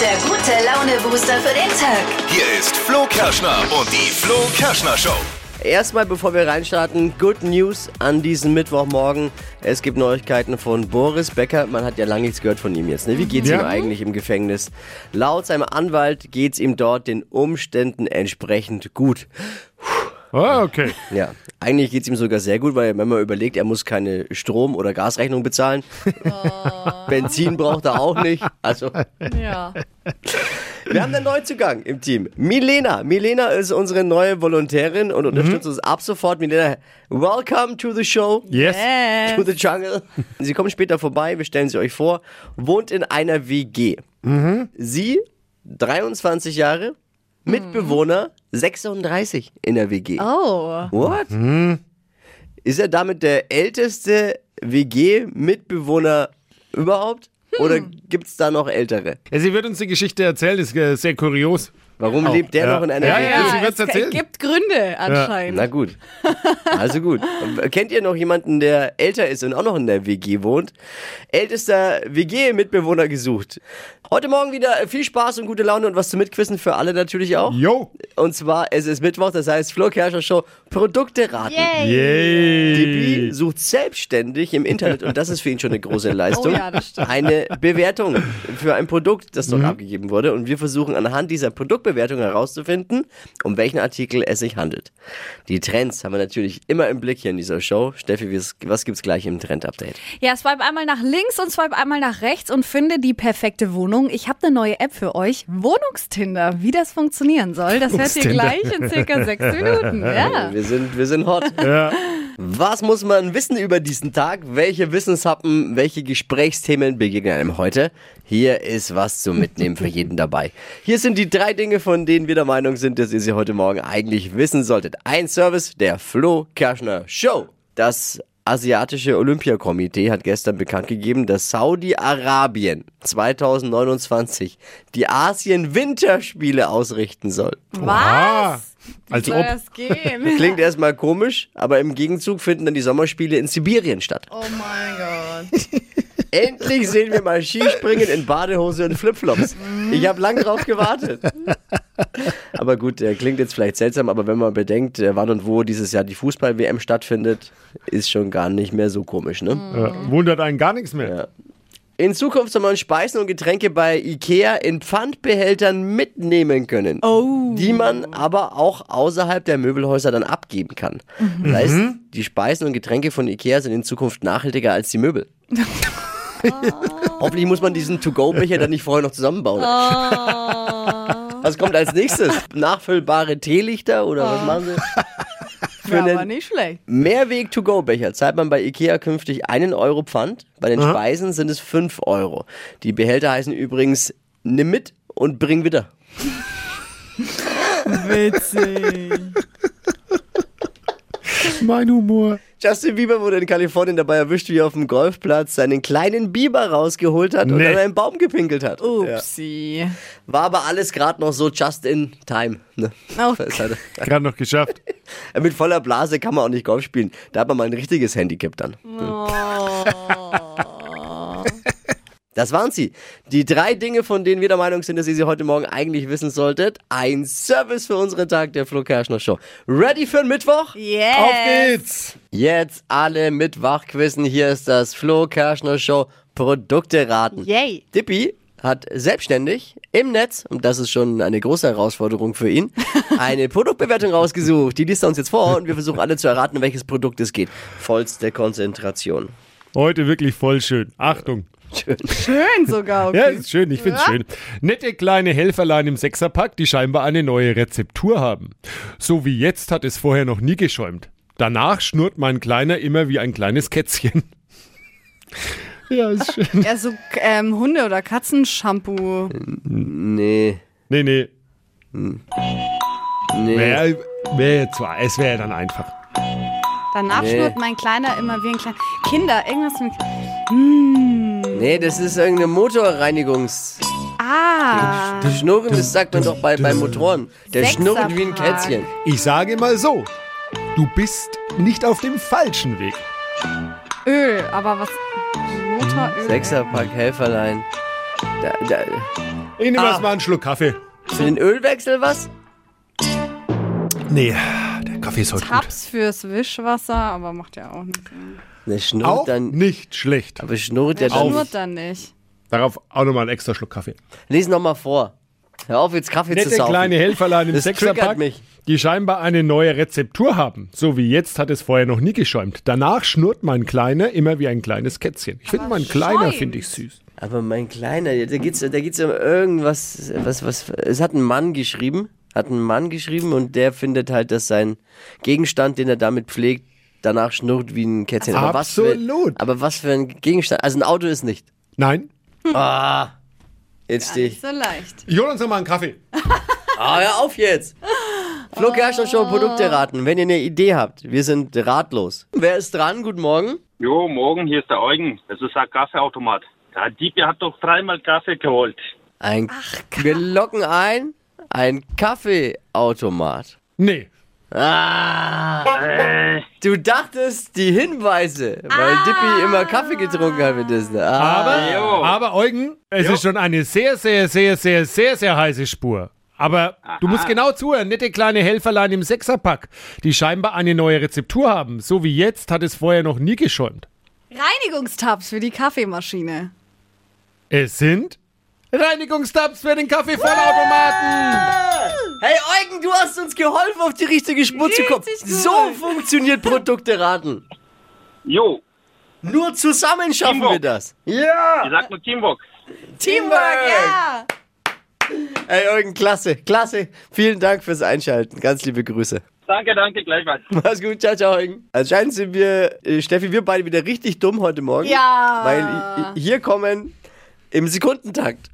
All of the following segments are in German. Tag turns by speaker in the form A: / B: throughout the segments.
A: der gute Laune-Booster für den Tag.
B: Hier ist Flo Kerschner und die Flo Kerschner Show.
C: Erstmal, bevor wir reinstarten, Good News an diesem Mittwochmorgen. Es gibt Neuigkeiten von Boris Becker. Man hat ja lange nichts gehört von ihm jetzt. Ne? Wie geht's ihm eigentlich im Gefängnis? Laut seinem Anwalt geht's ihm dort den Umständen entsprechend gut.
D: Ah, okay.
C: Ja, eigentlich geht's ihm sogar sehr gut, weil wenn man überlegt, er muss keine Strom- oder Gasrechnung bezahlen. Benzin braucht er auch nicht. Also
E: Ja.
C: Wir haben einen Neuzugang im Team. Milena. Milena ist unsere neue Volontärin und unterstützt uns ab sofort. Milena, welcome to the show.
D: Yes.
C: To the jungle. Sie kommen später vorbei, wir stellen sie euch vor. Wohnt in einer WG. Sie, 23 Jahre, Mitbewohner, 36 in der WG.
E: Oh.
C: What?
D: Mhm.
C: Ist er damit der älteste WG-Mitbewohner überhaupt? Oder
D: Hm.
C: gibt es da noch ältere?
D: Ja, sie wird uns die Geschichte erzählen, ist äh, sehr kurios.
C: Warum lebt der
D: Ja.
C: noch in einer
D: Ja,
C: WG?
D: ja. Sie wird's
E: es
D: erzählen.
E: gibt Gründe anscheinend.
C: Na gut. Also gut. Kennt ihr noch jemanden, der älter ist und auch noch in der WG wohnt? Ältester WG-Mitbewohner gesucht. Heute Morgen wieder viel Spaß und gute Laune und was zu mitquissen für alle natürlich auch.
D: Yo.
C: Und zwar, es ist Mittwoch, das heißt Flo Kerschner Show Produkte raten.
D: Yay.
C: DB sucht selbstständig im Internet und das ist für ihn schon eine große Leistung.
E: Oh ja, das stimmt.
C: Eine Bewertung für ein Produkt, das dort abgegeben wurde und wir versuchen anhand dieser Produktbewertung herauszufinden, um welchen Artikel es sich handelt. Die Trends haben wir natürlich immer im Blick hier in dieser Show. Steffi, was- was gibt's gleich im Trend-Update?
E: Ja, swipe einmal nach links und swipe einmal nach rechts und finde die perfekte Wohnung. Ich habe eine neue App für euch, Wohnungstinder. Wie das funktionieren soll, das hört ihr
D: Wohnungstinder.
E: gleich in circa sechs Minuten. Ja.
C: Äh, Wir sind, wir sind hot. Was muss man wissen über diesen Tag? Welche Wissenshappen, welche Gesprächsthemen begegnen einem heute? Hier ist was zum Mitnehmen für jeden dabei. Hier sind die drei Dinge, von denen wir der Meinung sind, dass ihr sie heute Morgen eigentlich wissen solltet. Ein Service der Flo Kerschner Show. Das Asiatische Olympiakomitee hat gestern bekannt gegeben, dass Saudi-Arabien 2029 die Asien-Winterspiele ausrichten soll.
D: Ah,
E: Was?
D: als
E: Soll
D: ob.
E: das gehen?
C: Klingt erstmal komisch, aber im Gegenzug finden dann die Sommerspiele in Sibirien statt.
E: Oh mein Gott.
C: Endlich sehen wir mal Skispringen in Badehose und Flipflops.
E: Mhm.
C: Ich habe lang drauf gewartet. Aber gut, äh, klingt jetzt vielleicht seltsam, aber wenn man bedenkt, äh, wann und wo dieses Jahr die Fußball-WM stattfindet, ist schon gar nicht mehr so komisch,
E: Mhm.
C: ne?
D: Ja, äh, wundert einen gar nichts mehr.
C: In Zukunft soll man Speisen und Getränke bei Ikea in Pfandbehältern mitnehmen können,
E: Oh.
C: die man aber auch außerhalb der Möbelhäuser dann abgeben kann.
E: Mhm.
C: Das heißt, die Speisen und Getränke von Ikea sind in Zukunft nachhaltiger als die Möbel. Hoffentlich muss man diesen To-Go-Becher dann nicht vorher noch zusammenbauen.
E: Ah.
C: Was kommt als nächstes? Nachfüllbare Teelichter oder was machen sie?
E: Wär
C: einen-
E: Ah. aber nicht schlecht.
C: Mehrweg-to-go-Becher zahlt man bei Ikea künftig einen Euro Pfand. Bei den Speisen sind es fünf Euro. Die Behälter heißen übrigens Nimm mit und bring wieder.
E: Witzig.
D: Mein Humor.
C: Justin Bieber wurde in Kalifornien dabei erwischt, wie er auf dem Golfplatz seinen kleinen Biber rausgeholt hat und
D: Nee.
C: an einen Baum gepinkelt hat.
E: Oh. Upsi.
C: War aber alles gerade noch so just in time. Ne?
E: Oh,
C: Das hat
D: Gerade noch geschafft.
C: er- Mit voller Blase kann man auch nicht Golf spielen. Da hat man mal ein richtiges Handicap dann. Das waren sie. Die drei Dinge, von denen wir der Meinung sind, dass ihr sie heute Morgen eigentlich wissen solltet. Ein Service für unseren Tag der Flo Kerschner Show. Ready für den Mittwoch?
E: yes.
D: Auf geht's.
C: Jetzt alle mit Wachquissen. Hier ist das Flo Kerschner Show. Produkte raten.
E: Yay.
C: Dippi hat selbstständig im Netz, und das ist schon eine große Herausforderung für ihn, eine Produktbewertung rausgesucht. Die liest er uns jetzt vor und wir versuchen alle zu erraten, um welches Produkt es geht. Vollste Konzentration.
D: Heute wirklich voll schön. Achtung.
E: Schön sogar. Okay.
D: Ja, ist schön, ich find's schön. Nette kleine Helferlein im Sechserpack, die scheinbar eine neue Rezeptur haben. So wie jetzt hat es vorher noch nie geschäumt. Danach schnurrt mein Kleiner immer wie ein kleines Kätzchen. Ja, ist schön.
E: Ja, so ähm, Hunde- oder Katzenshampoo.
C: Nee,
D: Nee, nee.
C: nee.
D: Wär, wär jetzt zwar, es wäre ja dann einfach.
E: Danach
C: Nee.
E: schnurrt mein Kleiner immer wie ein kleiner. Kinder, irgendwas mit.
C: Nee, das ist irgendeine Motorreinigungs.
E: Ah!
C: Das Schnurren, das sagt man doch bei, bei Motoren. Der schnurrt wie ein
E: Sechserpack.
C: Kätzchen.
D: Ich sage mal so, du bist nicht auf dem falschen Weg.
E: Öl, aber was? Motoröl.
C: Sechserpack Helferlein. Da, da,
D: Ich nehme
C: Ah.
D: erstmal einen Schluck Kaffee.
C: für den Ölwechsel was?
D: Nee, der Kaffee ist heute gut.
E: Tabs fürs Wischwasser, aber macht ja auch nichts.
C: Ne, schnurrt
D: Auch
C: dann.
D: nicht schlecht.
C: Aber schnurrt ja dann.
E: Schnurrt
C: nicht.
E: dann nicht.
D: Darauf auch nochmal einen extra Schluck Kaffee.
C: Lies nochmal vor. Hör auf, jetzt Kaffee zu
D: Nette
C: saufen.
D: kleine Helferlein im
C: Das
D: Sechserpack,
C: triggert mich.
D: die scheinbar eine neue Rezeptur haben. So wie jetzt hat es vorher noch nie geschäumt. Danach schnurrt mein Kleiner immer wie ein kleines Kätzchen. Ich finde, mein Kleiner
E: schäumt.
D: finde ich süß.
C: Aber mein Kleiner, da geht's, da geht's um irgendwas, was, was, es hat ein Mann geschrieben, hat ein Mann geschrieben und der findet halt, dass sein Gegenstand, den er damit pflegt, danach schnurrt wie ein Kätzchen. Aber Was
D: Absolut.
C: für, aber was für ein Gegenstand, also ein Auto ist nicht.
D: Nein?
C: Jetzt stehe ich.
E: So leicht.
D: Ich hol uns nochmal einen Kaffee.
C: Ah, hör auf jetzt! Flo Kerschner Show Produkte raten, wenn ihr eine Idee habt. Wir sind ratlos. Wer ist dran? Guten Morgen.
F: Jo, morgen, hier ist der Eugen. Das ist ein Kaffeeautomat. Der Dieb hat doch dreimal Kaffee geholt.
C: Ein, wir locken ein, ein Kaffeeautomat.
D: Nee.
C: Du dachtest, die Hinweise, weil
E: Ah.
C: Dippy immer Kaffee getrunken hat mit Disney. Ah,
D: Aber, aber Eugen, es ist schon eine sehr, sehr, sehr, sehr, sehr, sehr heiße Spur. Aber du musst genau zuhören. Nette kleine Helferlein im Sechserpack, die scheinbar eine neue Rezeptur haben. So wie jetzt hat es vorher noch nie geschäumt.
E: Reinigungstabs für die Kaffeemaschine.
D: Es sind Reinigungstabs für den Kaffeevollautomaten.
C: hey Eugen, du hast uns geholfen, auf die richtige Spur zu kommen.
E: Richtig gut.
C: So funktioniert Produkte raten.
F: Jo,
C: Nur zusammen schaffen
F: Teamwork.
C: wir das.
F: ich sag nur Teamwork.
C: Teamwork!
E: Ja.
C: Hey Eugen, klasse, klasse. Vielen Dank fürs Einschalten. Ganz liebe Grüße.
F: Danke, danke, gleichfalls.
C: Mach's gut, ciao, ciao Eugen. Anscheinend sind wir, äh, Steffi, wir beide wieder richtig dumm heute Morgen.
E: Ja.
C: Weil i- i- hier kommen im Sekundentakt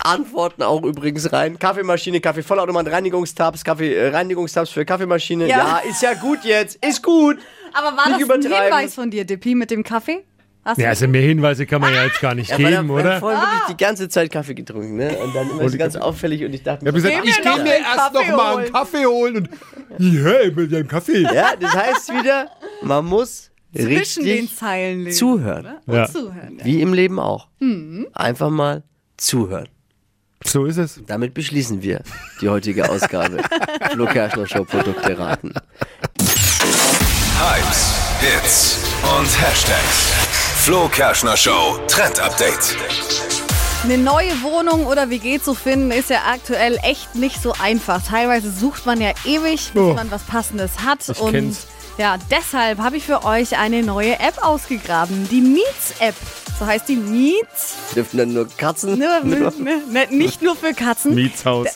C: Antworten auch übrigens rein. Kaffeemaschine, Kaffeevollautomat, Reinigungstabs, Kaffee, äh, Reinigungstabs für Kaffeemaschine. Ja.
E: Ja.
C: ist ja gut jetzt, ist gut.
E: Aber war
C: Nicht
E: das ein
C: übertreiben.
E: Hinweis von dir, Dippi, mit dem Kaffee? Hast
D: Ja,
E: du
D: also mehr Hinweise kann man ja jetzt gar nicht
E: Ah!
C: Ja, weil
D: geben,
C: wir haben
D: oder?
C: vorhin wirklich die ganze Zeit Kaffee getrunken, ne? Und dann immer so ganz auffällig und ich dachte
D: Ich
C: mir,
D: hab gesagt,
E: Geh mir
D: ich
E: noch
D: gehe mir
E: einen
D: erst
E: Kaffee
D: noch mal einen
E: holen.
D: Kaffee holen und ja, ich will einen Kaffee.
C: ja, das heißt wieder, man muss
E: zwischen den
C: richtig
E: Zeilen lesen.
C: zuhören.
E: Und
D: Ja.
E: zuhören.
C: Wie im Leben auch.
E: Mhm.
C: Einfach mal zuhören.
D: So ist es.
C: Damit beschließen wir die heutige Ausgabe Flo Kerschner Show Produkte raten.
B: Hypes, Hits und Hashtags. Flo Kerschner Show Trend Update.
E: Eine neue Wohnung oder WG zu finden, ist ja aktuell echt nicht so einfach. Teilweise sucht man ja ewig, bis
D: Oh.
E: man was Passendes hat.
D: Ich
E: und
D: kenn's.
E: ja, deshalb habe ich für euch eine neue App ausgegraben. Die Meets-App. So heißt die Meets.
C: Dürfen dann nur Katzen
E: Ne,
C: mitmachen?
E: ne, ne, nicht nur für Katzen.
D: Mietshaus.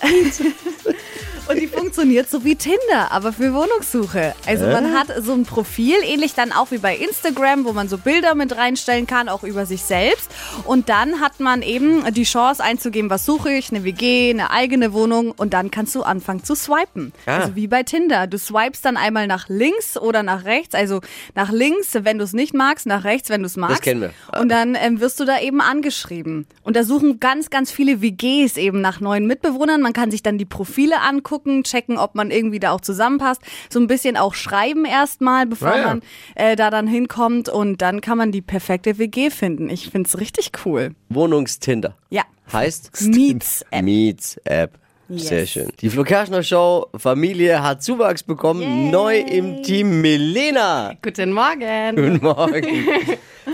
E: Und die funktioniert so wie Tinder, aber für Wohnungssuche. Also man hat so ein Profil, ähnlich dann auch wie bei Instagram, wo man so Bilder mit reinstellen kann, auch über sich selbst. Und dann hat man eben die Chance einzugeben, was suche ich, eine WG, eine eigene Wohnung. Und dann kannst du anfangen zu swipen.
C: Ah.
E: Also wie bei Tinder. Du swipest dann einmal nach links oder nach rechts. Also nach links, wenn du es nicht magst, nach rechts, wenn du es magst.
C: kennen wir.
E: Und dann ähm, wirst du da eben angeschrieben. Und da suchen ganz, ganz viele WGs eben nach neuen Mitbewohnern. Man kann sich dann die Profile angucken, checken, ob man irgendwie da auch zusammenpasst. So ein bisschen auch schreiben erstmal, bevor
D: Ah ja.
E: man äh, da dann hinkommt. Und dann kann man die perfekte WG finden. Ich find's richtig cool.
C: Wohnungstinder.
E: Ja.
C: Heißt
E: Meets App.
C: Meets App.
E: Yes.
C: Sehr schön. Die Flo Kerschner Show Familie hat Zuwachs bekommen. Neu im Team Milena.
G: Guten Morgen.
C: Guten Morgen.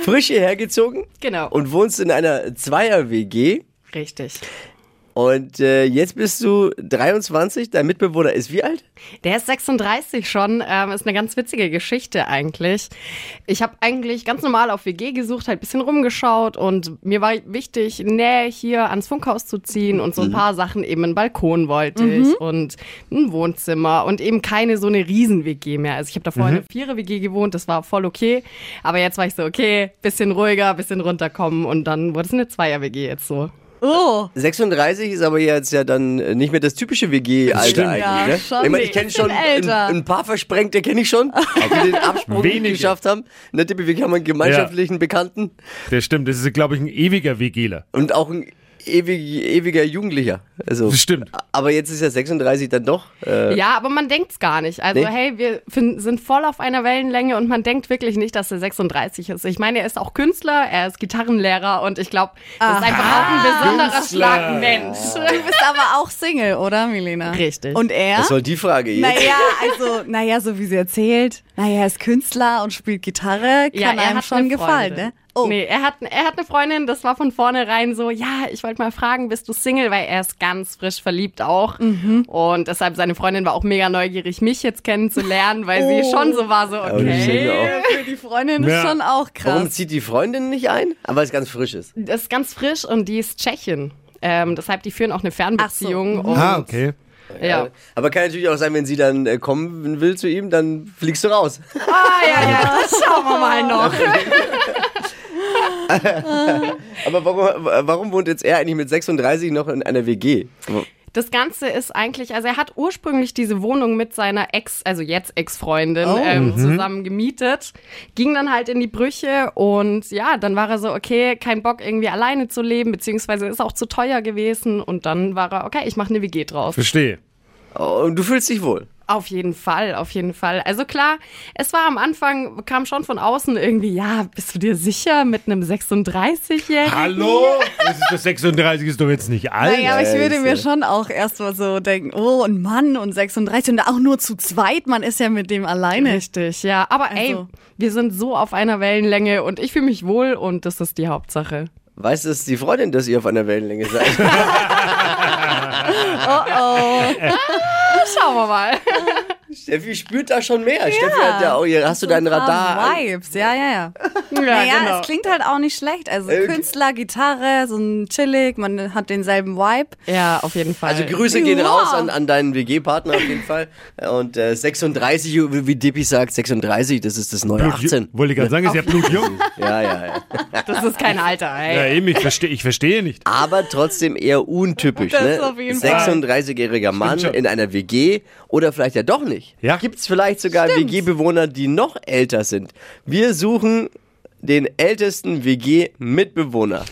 C: Frisch hierher gezogen
G: Genau.
C: und wohnst in einer Zweier-WG.
G: Richtig.
C: Und äh, jetzt bist du 23. Dein Mitbewohner ist wie alt?
G: Der ist 36 schon. Ähm, ist eine ganz witzige Geschichte eigentlich. Ich habe eigentlich ganz normal auf WG gesucht, halt ein bisschen rumgeschaut und mir war wichtig, Nähe hier ans Funkhaus zu ziehen und so ein paar Sachen eben einen Balkon wollte ich und ein Wohnzimmer und eben keine so eine Riesen-WG mehr. Also ich habe davor in eine Vierer-WG gewohnt, das war voll okay. Aber jetzt war ich so, okay, bisschen ruhiger, bisschen runterkommen und dann wurde es eine Zweier-WG jetzt so.
E: Oh,
C: 36 ist aber jetzt ja dann äh, nicht mehr das typische WG-Alter
D: Stimmt.
C: eigentlich.
E: Ja,
C: ne?
E: schon.
C: ich meine, ich
E: Nee,
C: kenne schon
E: bisschen älter.
C: ein, ein paar Versprengte, kenne ich schon, die den Absprung
D: Wenige.
C: geschafft haben. Ne, Tippi, wir haben einen gemeinschaftlichen Bekannten
D: Das stimmt, das ist, glaube ich, ein ewiger WGler.
C: und auch einen ewig, ewiger Jugendlicher. Also,
D: Das stimmt.
C: Aber jetzt ist ja 36 dann doch. Äh,
G: Ja, aber man denkt's gar nicht. Also,
C: Nee.
G: hey, wir fin- sind voll auf einer Wellenlänge und man denkt wirklich nicht, dass er 36 ist. Ich meine, er ist auch Künstler, er ist Gitarrenlehrer und ich glaube, das ist einfach auch ein besonderer
D: Künstler.
G: Schlag Mensch.
E: Du bist aber auch Single, oder, Milena?
G: Richtig. Also,
E: Und er?
C: Was soll die Frage jetzt?
E: Naja, also, naja, so wie sie erzählt. Naja, er ist Künstler und spielt Gitarre. Kann einem schon
G: eine
E: gefallen,
G: Freundin.
E: ne? Oh,
G: Nee, er hat, er hat eine Freundin, das war von vornherein so, ja, ich wollte mal fragen, bist du Single? Weil er ist ganz frisch verliebt auch.
E: Mhm.
G: Und deshalb, seine Freundin war auch mega neugierig, mich jetzt kennenzulernen, weil sie schon
E: Oh.
G: so war, so,
C: die Single
G: okay.
C: auch.
E: für die Freundin
D: Ja.
E: ist schon auch krass.
C: Warum zieht die Freundin nicht ein? Aber es ganz frisch ist.
G: Das ist ganz frisch und die ist Tschechin. Ähm, deshalb, die führen auch eine Fernbeziehung. Und,
D: Ah, okay.
G: Ja.
C: Aber kann natürlich auch sein, wenn sie dann äh, kommen will zu ihm, dann fliegst du raus.
G: Ah, ja, ja, das schauen wir mal noch.
C: Aber warum, warum wohnt jetzt er eigentlich mit 36 noch in einer WG?
G: Das Ganze ist eigentlich, also er hat ursprünglich diese Wohnung mit seiner Ex, also jetzt Ex-Freundin,
E: Oh.
G: ähm, zusammen gemietet, ging dann halt in die Brüche und ja, dann war er so, okay, kein Bock irgendwie alleine zu leben, beziehungsweise ist auch zu teuer gewesen und dann war er, okay, ich ne mache eine WG draus.
D: Verstehe.
C: Oh, und du fühlst dich wohl.
G: Auf jeden Fall, auf jeden Fall. Also klar, es war am Anfang, kam schon von außen irgendwie, ja, bist du dir sicher mit einem 36-Jährigen?
D: Hallo? Das ist doch 36 ist doch jetzt nicht alt.
E: Naja, aber ich würde
C: Scheiße.
E: mir schon auch erst mal so denken, oh, ein Mann und 36 und auch nur zu zweit, man ist ja mit dem alleine.
G: Richtig, ja. Aber ey,
E: Also-
G: wir sind so auf einer Wellenlänge und ich fühle mich wohl und das ist die Hauptsache.
C: Weiß es die Freundin, dass ihr auf einer Wellenlänge seid?
G: Schauen wir mal.
C: Steffi spürt da schon mehr. Steffi hat ja auch ihr, hast du dein Radar?
E: Ah,
C: an?
E: Vibes, ja, ja, ja.
G: Ja, genau.
E: naja, es klingt halt auch nicht schlecht. Also
C: Äh,
E: Künstler, Gitarre, so ein chillig, man hat denselben Vibe.
G: Ja, auf jeden Fall.
C: Also Grüße gehen
E: Ja.
C: raus an, an deinen WG-Partner auf jeden Fall. Und äh, 36, wie Dippi sagt, 36, das ist das neue 18.
D: Wollte ich gerade sagen, ist ja blutjung.
C: Ja, ja, ja.
G: das ist kein Alter, ey.
D: Ja, eben, ich verstehe, ich verstehe nicht.
C: Aber trotzdem eher untypisch.
G: Das
C: Ne?
G: auf jeden Fall.
C: 36-jähriger Mann
D: schon.
C: in einer WG oder vielleicht ja doch nicht.
D: Ja.
C: Gibt es vielleicht sogar WG-Bewohner, die noch älter sind? Wir suchen den ältesten WG-Mitbewohner.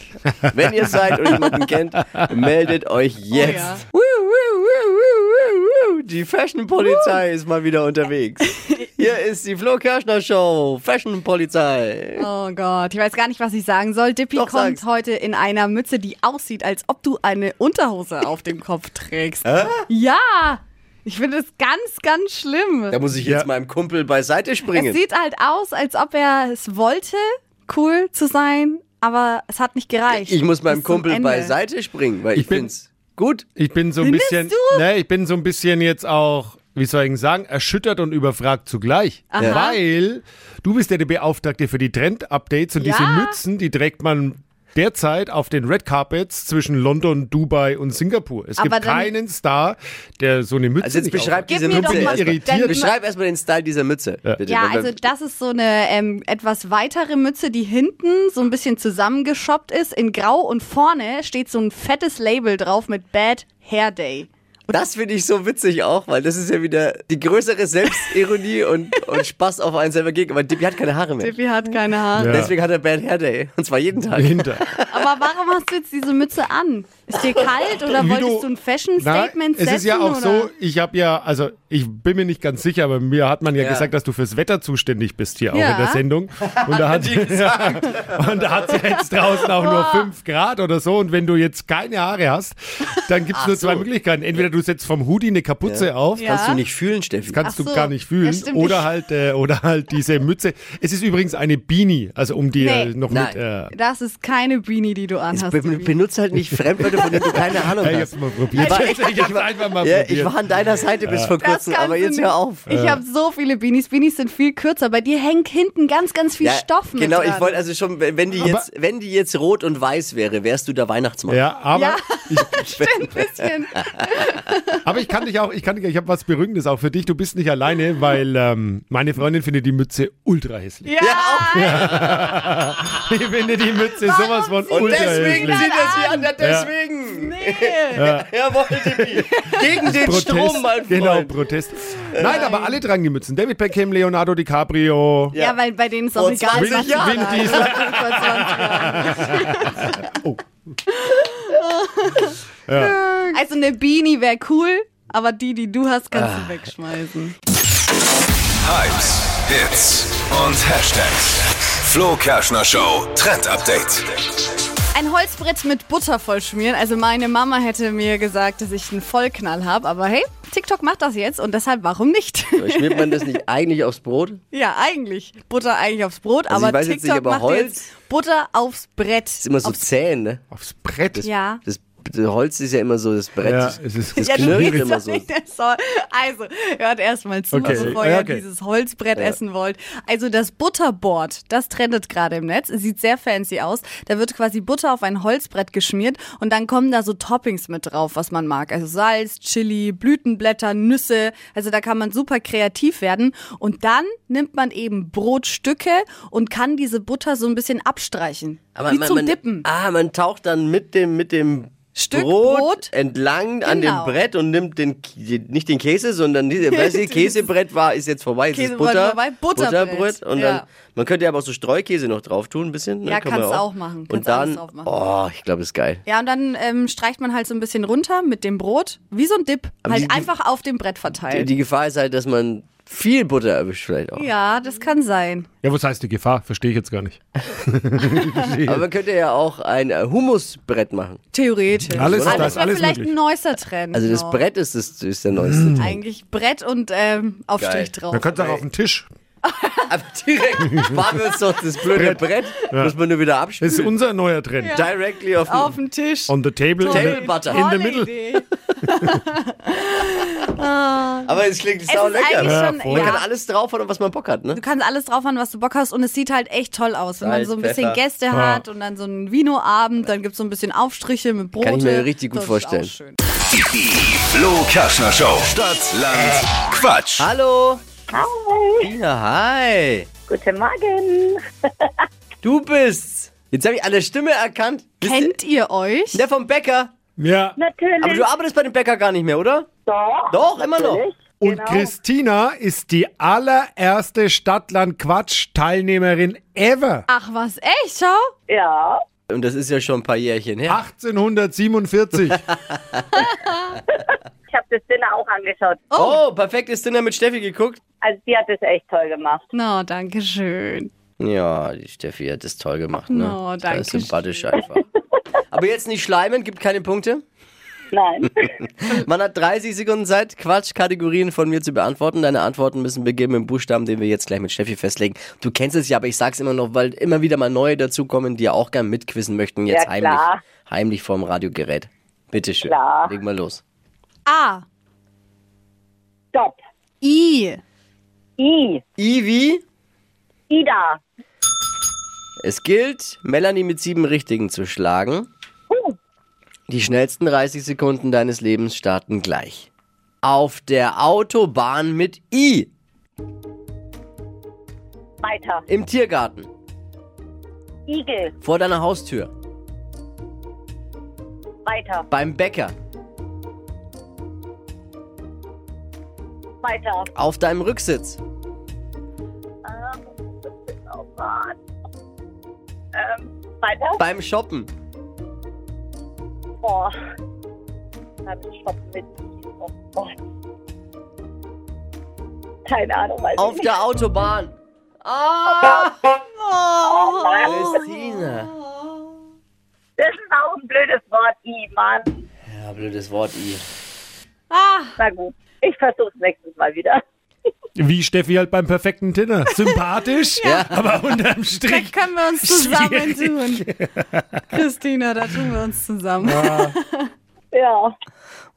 C: Wenn ihr seid und jemanden kennt, meldet euch jetzt.
E: ja.
C: Wuh, wuh, wuh, wuh, wuh, wuh. Die Fashion-Polizei ist mal wieder unterwegs. Hier ist die Flo Kerschner Show. Fashion-Polizei.
E: Oh Gott, ich weiß gar nicht, was ich sagen soll. Dippy
C: Doch,
E: kommt
C: sag's.
E: heute in einer Mütze, die aussieht, als ob du eine Unterhose auf dem Kopf trägst. Ja, ich finde es ganz, ganz schlimm.
C: Da muss ich jetzt
D: Ja.
C: meinem Kumpel beiseite springen.
E: Es sieht halt aus, als ob er es wollte, cool zu sein, aber es hat nicht gereicht.
C: Ich muss meinem
E: Bis zum
C: Kumpel
E: Ende.
C: beiseite springen, weil ich,
D: Ich bin-
C: find's gut.
D: Ich bin so ein
E: Findest
D: bisschen.
E: du?
D: Ne, ich bin so ein bisschen jetzt auch, wie soll ich denn sagen, erschüttert und überfragt zugleich. Weil du bist ja der Beauftragte für die Trend-Updates und
E: Ja.
D: diese Mützen, die trägt man derzeit auf den Red Carpets zwischen London, Dubai und Singapur. Es
E: Aber
D: gibt
E: dann-
D: keinen Star, der so eine Mütze
C: Also jetzt
D: nicht
C: beschreib
E: Gib
C: diese
E: mir doch
C: Mütze
E: mal-
C: erstmal.
E: Dann-
C: Beschreib erstmal den Style dieser Mütze. Bitte.
E: Ja,
C: Weil-
E: also das ist so eine ähm, etwas weitere Mütze, die hinten so ein bisschen zusammengeschoppt ist in Grau und vorne steht so ein fettes Label drauf mit Bad Hair Day.
C: das finde ich so witzig auch, weil das ist ja wieder die größere Selbstironie und, und Spaß auf einen selber gegen. Weil Dippy hat keine Haare mehr.
E: Dippy hat keine Haare.
D: Ja.
C: Deswegen hat er Bad Hair Day. Und zwar jeden Tag.
D: dahinter.
E: Aber warum hast du jetzt diese Mütze an? Ist dir kalt oder
D: Wie
E: wolltest du ein Fashion Statement
D: Na,
E: setzen?
D: Es ist ja auch
E: oder?
D: so, ich habe ja, also ich bin mir nicht ganz sicher, aber mir hat man ja,
C: Ja.
D: gesagt, dass du fürs Wetter zuständig bist hier auch
E: Ja.
D: in der Sendung. Und da hat und da hat's ja jetzt draußen auch nur
E: Oh.
D: 5 Grad oder so. Und wenn du jetzt keine Haare hast, dann gibt's nur zwei Möglichkeiten. Entweder du setzt vom Hoodie eine Kapuze auf.
E: Ja.
C: Kannst du nicht fühlen, Steffi.
D: Kannst
E: Ach
D: du
E: so,
D: gar nicht
E: ja,
D: fühlen.
E: stimmt.
D: oder halt äh, oder halt diese Mütze. Es ist übrigens eine Beanie, also um die äh,
E: Nee.
D: noch
C: Nein.
D: mit. Äh,
E: Das ist keine Beanie, die du
C: Jetzt
E: anhast.
C: be
E: Dippy.
C: benutzt halt nicht Fremdwörter, von denen du keine Ahnung
D: hey, ich
C: hast.
D: hab's mal probiert.
C: Weil-
D: ich hab's einfach mal
C: Ja,
D: probiert.
C: ich war an deiner Seite bis vor
E: Das
C: kurzem,
E: kannst
C: aber
E: du
C: jetzt
E: nicht.
C: hör auf.
E: Ich habe so viele Beanies. Beanies sind viel kürzer. Bei dir hängt hinten ganz, ganz viel
C: Ja,
E: Stoff mit
C: genau,
E: dran.
C: ich wollte also schon, wenn wenn die,
D: Aber-
C: jetzt, wenn die jetzt rot und weiß wäre, wärst du der Weihnachtsmann.
D: ja, aber
E: Ja.
D: ich,
E: Stimmt, ein bisschen.
D: Aber ich kann dich auch, ich kann dich, ich habe was Berührendes auch für dich. Du bist nicht alleine, weil ähm, meine Freundin findet die Mütze ultra hässlich.
E: Ja,
D: Ich finde die Mütze sowas von
C: Und
D: ultra
C: deswegen
D: hässlich.
C: zieht er sie an, ja, deswegen. Jawohl, Tippi. Gegen den Strom, mein Freund.
D: genau, Protest. Nein, aber alle dran die Mützen. David Beckham, Leonardo DiCaprio.
E: ja. weil bei denen ist auch
C: Vor
E: egal,
C: 20
E: was die
C: Jahren.
E: sagen.
D: Vin Diesel.
E: Vor 20 Jahren.
D: Oh.
E: Also eine Beanie wäre cool, aber die, die du hast, kannst
C: Ah.
E: du wegschmeißen.
B: Hypes, Hits und Hashtags. Flo Kerschner Show Trend Update.
E: Ein Holzbrett mit Butter vollschmieren. Also meine Mama hätte mir gesagt, dass ich einen Vollknall habe, aber hey, TikTok macht das jetzt und deshalb warum nicht?
C: Schmiert man das nicht eigentlich aufs Brot?
E: ja, eigentlich. Butter eigentlich aufs Brot,
C: Also ich
E: aber
C: weiß jetzt
E: TikTok
C: nicht, aber
E: macht
C: Holz-
E: jetzt Butter aufs Brett.
C: Ist immer so
E: aufs
C: zäh, ne?
D: Aufs Brett.
E: ja.
C: Das, das Holz ist ja immer so, das Brett.
D: Ja, es ist
C: Das
E: ja, du
C: knirrt
E: willst
C: immer
E: doch
C: so.
E: nicht, das soll. Also, hört erstmal zu,
D: Okay.
E: bevor
D: Ja,
E: ihr
D: okay.
E: dieses Holzbrett essen wollt. Also das Butterboard, das trendet gerade im Netz. Es Sieht sehr fancy aus. Da wird quasi Butter auf ein Holzbrett geschmiert und dann kommen da so Toppings mit drauf, was man mag. Also Salz, Chili, Blütenblätter, Nüsse. Also da kann man super kreativ werden. Und dann nimmt man eben Brotstücke und kann diese Butter so ein bisschen abstreichen. Wie
C: man,
E: zum
C: man,
E: Dippen.
C: Ah, man taucht dann mit dem, mit dem
E: Stück
C: Brot,
E: Brot.
C: entlang an dem
E: Genau.
C: Brett und nimmt den, K- nicht den Käse, sondern diese, weißt du, Käsebrett war, ist jetzt vorbei, jetzt ist
E: Käsebrot
C: Butter,
E: vorbei, Butterbrett.
C: Butterbrot und dann,
E: Ja.
C: man könnte ja aber auch so Streukäse noch drauf tun, ein bisschen. Ne?
E: Ja,
C: man
E: kannst auch machen,
C: Und
E: kannst alles
C: dann,
E: drauf machen.
C: oh, ich glaube, das ist geil.
E: Ja, und dann ähm, streicht man halt so ein bisschen runter mit dem Brot, wie so ein Dip, halt
C: die- die-
E: einfach auf dem Brett
C: Die,
E: verteilt.
C: die Gefahr ist halt, dass man viel Butter erwischt vielleicht auch.
E: ja, das kann sein.
D: Ja, was heißt die Gefahr? Verstehe ich jetzt gar nicht.
C: Aber man könnte ja auch ein äh, Humusbrett machen.
E: Theoretisch.
D: Alles ist
E: Aber
D: das,
E: das wäre
D: alles
E: vielleicht
D: möglich.
E: ein neuester Trend.
C: Also das
E: noch.
C: Brett ist, das, ist der neueste Trend.
E: Eigentlich Brett und ähm, Aufstrich drauf.
D: Man könnte es auch auf den Tisch.
C: Aber direkt sparen wir uns doch das blöde Brett, muss man nur wieder
D: Das ist
C: abspielen.
D: unser neuer Trend.
C: Directly auf,
E: auf
C: den
E: den Tisch.
D: On the table.
C: Table
D: Oh, in
C: butter.
D: the, in the
E: Tolle
D: middle.
E: Idee.
C: Aber es klingt
E: Es
C: sau
E: ist
C: lecker.
E: eigentlich
C: Man
E: schon,
D: voll.
E: ja,
C: kann alles drauf haben, was man Bock hat, ne?
E: Du kannst alles drauf haben, was du Bock hast und es sieht halt echt toll aus. Wenn man
C: Salz,
E: so ein bisschen
C: Pfeffer.
E: Gäste hat und dann so einen Vinoabend, dann gibt's so ein bisschen Aufstriche mit Brote.
C: Kann ich mir richtig gut
E: das
C: vorstellen.
E: Ist auch schön.
B: Die Flo Kerschner Show. Stadt, Land, Quatsch.
C: Hallo. Hi. Ja, hi.
H: Guten Morgen.
C: Du bist's. Jetzt habe ich an der Stimme erkannt. Bist
E: Kennt ihr euch?
C: du der vom Bäcker?
D: Ja.
H: Natürlich.
C: Aber du arbeitest bei dem Bäcker gar nicht mehr, oder?
H: doch.
C: Doch, immer noch.
H: Natürlich.
D: Und Christina ist die allererste Stadtland-Quatsch-Teilnehmerin ever.
E: Ach was, echt, schau.
H: Ja.
C: Und das ist ja schon ein paar Jährchen
E: Ah,
C: her.
D: 1847.
H: Ich habe das Dinner auch angeschaut.
C: Oh, perfektes Dinner mit Steffi geguckt.
H: Also die hat es echt toll gemacht.
E: Na, danke schön.
C: Ja, die Steffi hat das toll gemacht, ne?
E: Oh,
C: Das
E: danke
C: ist sympathisch einfach. Aber jetzt nicht schleimen, gibt keine Punkte.
H: Nein.
C: Man hat 30 Sekunden Zeit, Quatschkategorien von mir zu beantworten. Deine Antworten müssen beginnen mit dem Buchstaben, den wir jetzt gleich mit Steffi festlegen. Du kennst es ja, aber ich sag's immer noch, weil immer wieder mal neue dazukommen, die ja auch gern mitquissen möchten. Jetzt
H: Ja,
C: heimlich.
H: klar.
C: Heimlich vorm Radiogerät. Bitteschön.
H: Klar.
C: Leg mal los.
E: A.
H: Stopp.
E: I.
H: I.
C: Ivi,
H: Ida.
C: es gilt, Melanie mit sieben Richtigen zu schlagen.
H: Huh.
C: Die schnellsten 30 Sekunden deines Lebens starten gleich. Auf der Autobahn mit I.
H: Weiter.
C: Im Tiergarten.
H: Igel.
C: Vor deiner Haustür.
H: Weiter.
C: Beim Bäcker.
H: Weiter.
C: Auf deinem Rücksitz.
H: Ähm, oh Mann. Ähm, weiter.
C: Beim Shoppen.
H: Boah. Dann stoppen mit I. Oh Gott. Keine Ahnung. Weiß
C: Auf
H: ich nicht.
C: der Autobahn.
H: Oh Mann.
C: Christina.
H: Das ist auch ein blödes Wort. I. Mann.
C: Ja, blödes Wort, I.
H: Na gut. Ich versuch's nächstes Mal wieder.
D: Wie Steffi halt beim perfekten Dinner. Sympathisch,
C: Ja.
D: aber unterm Strich.
E: Können wir uns zusammentun? Christina, da tun wir uns zusammen.
H: Ja.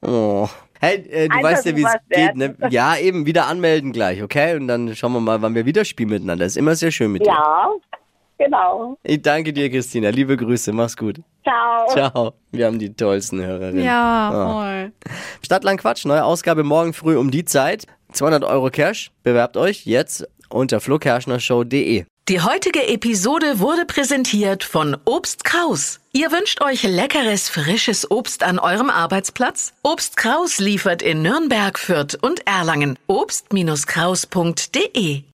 C: Oh. Hey, äh, du
H: Ein
C: weißt ja, wie es
H: Versuch war's
C: geht, ne? Ja, eben, wieder anmelden gleich, okay? Und dann schauen wir mal, wann wir wieder spielen miteinander. Ist immer sehr schön mit dir.
H: Ja. Genau.
C: Ich danke dir, Christina. Liebe Grüße, mach's gut.
H: Ciao.
C: Ciao. Wir haben die tollsten Hörerinnen.
E: Ja, voll.
C: Stadtland Quatsch, neue Ausgabe morgen früh um die Zeit. 200 Euro Cash. Bewerbt euch jetzt unter flokerschnershow.de.
I: Die heutige Episode wurde präsentiert von Obst Kraus. Ihr wünscht euch leckeres, frisches Obst an eurem Arbeitsplatz? Obst Kraus liefert in Nürnberg, Fürth und Erlangen. Obst-Kraus.de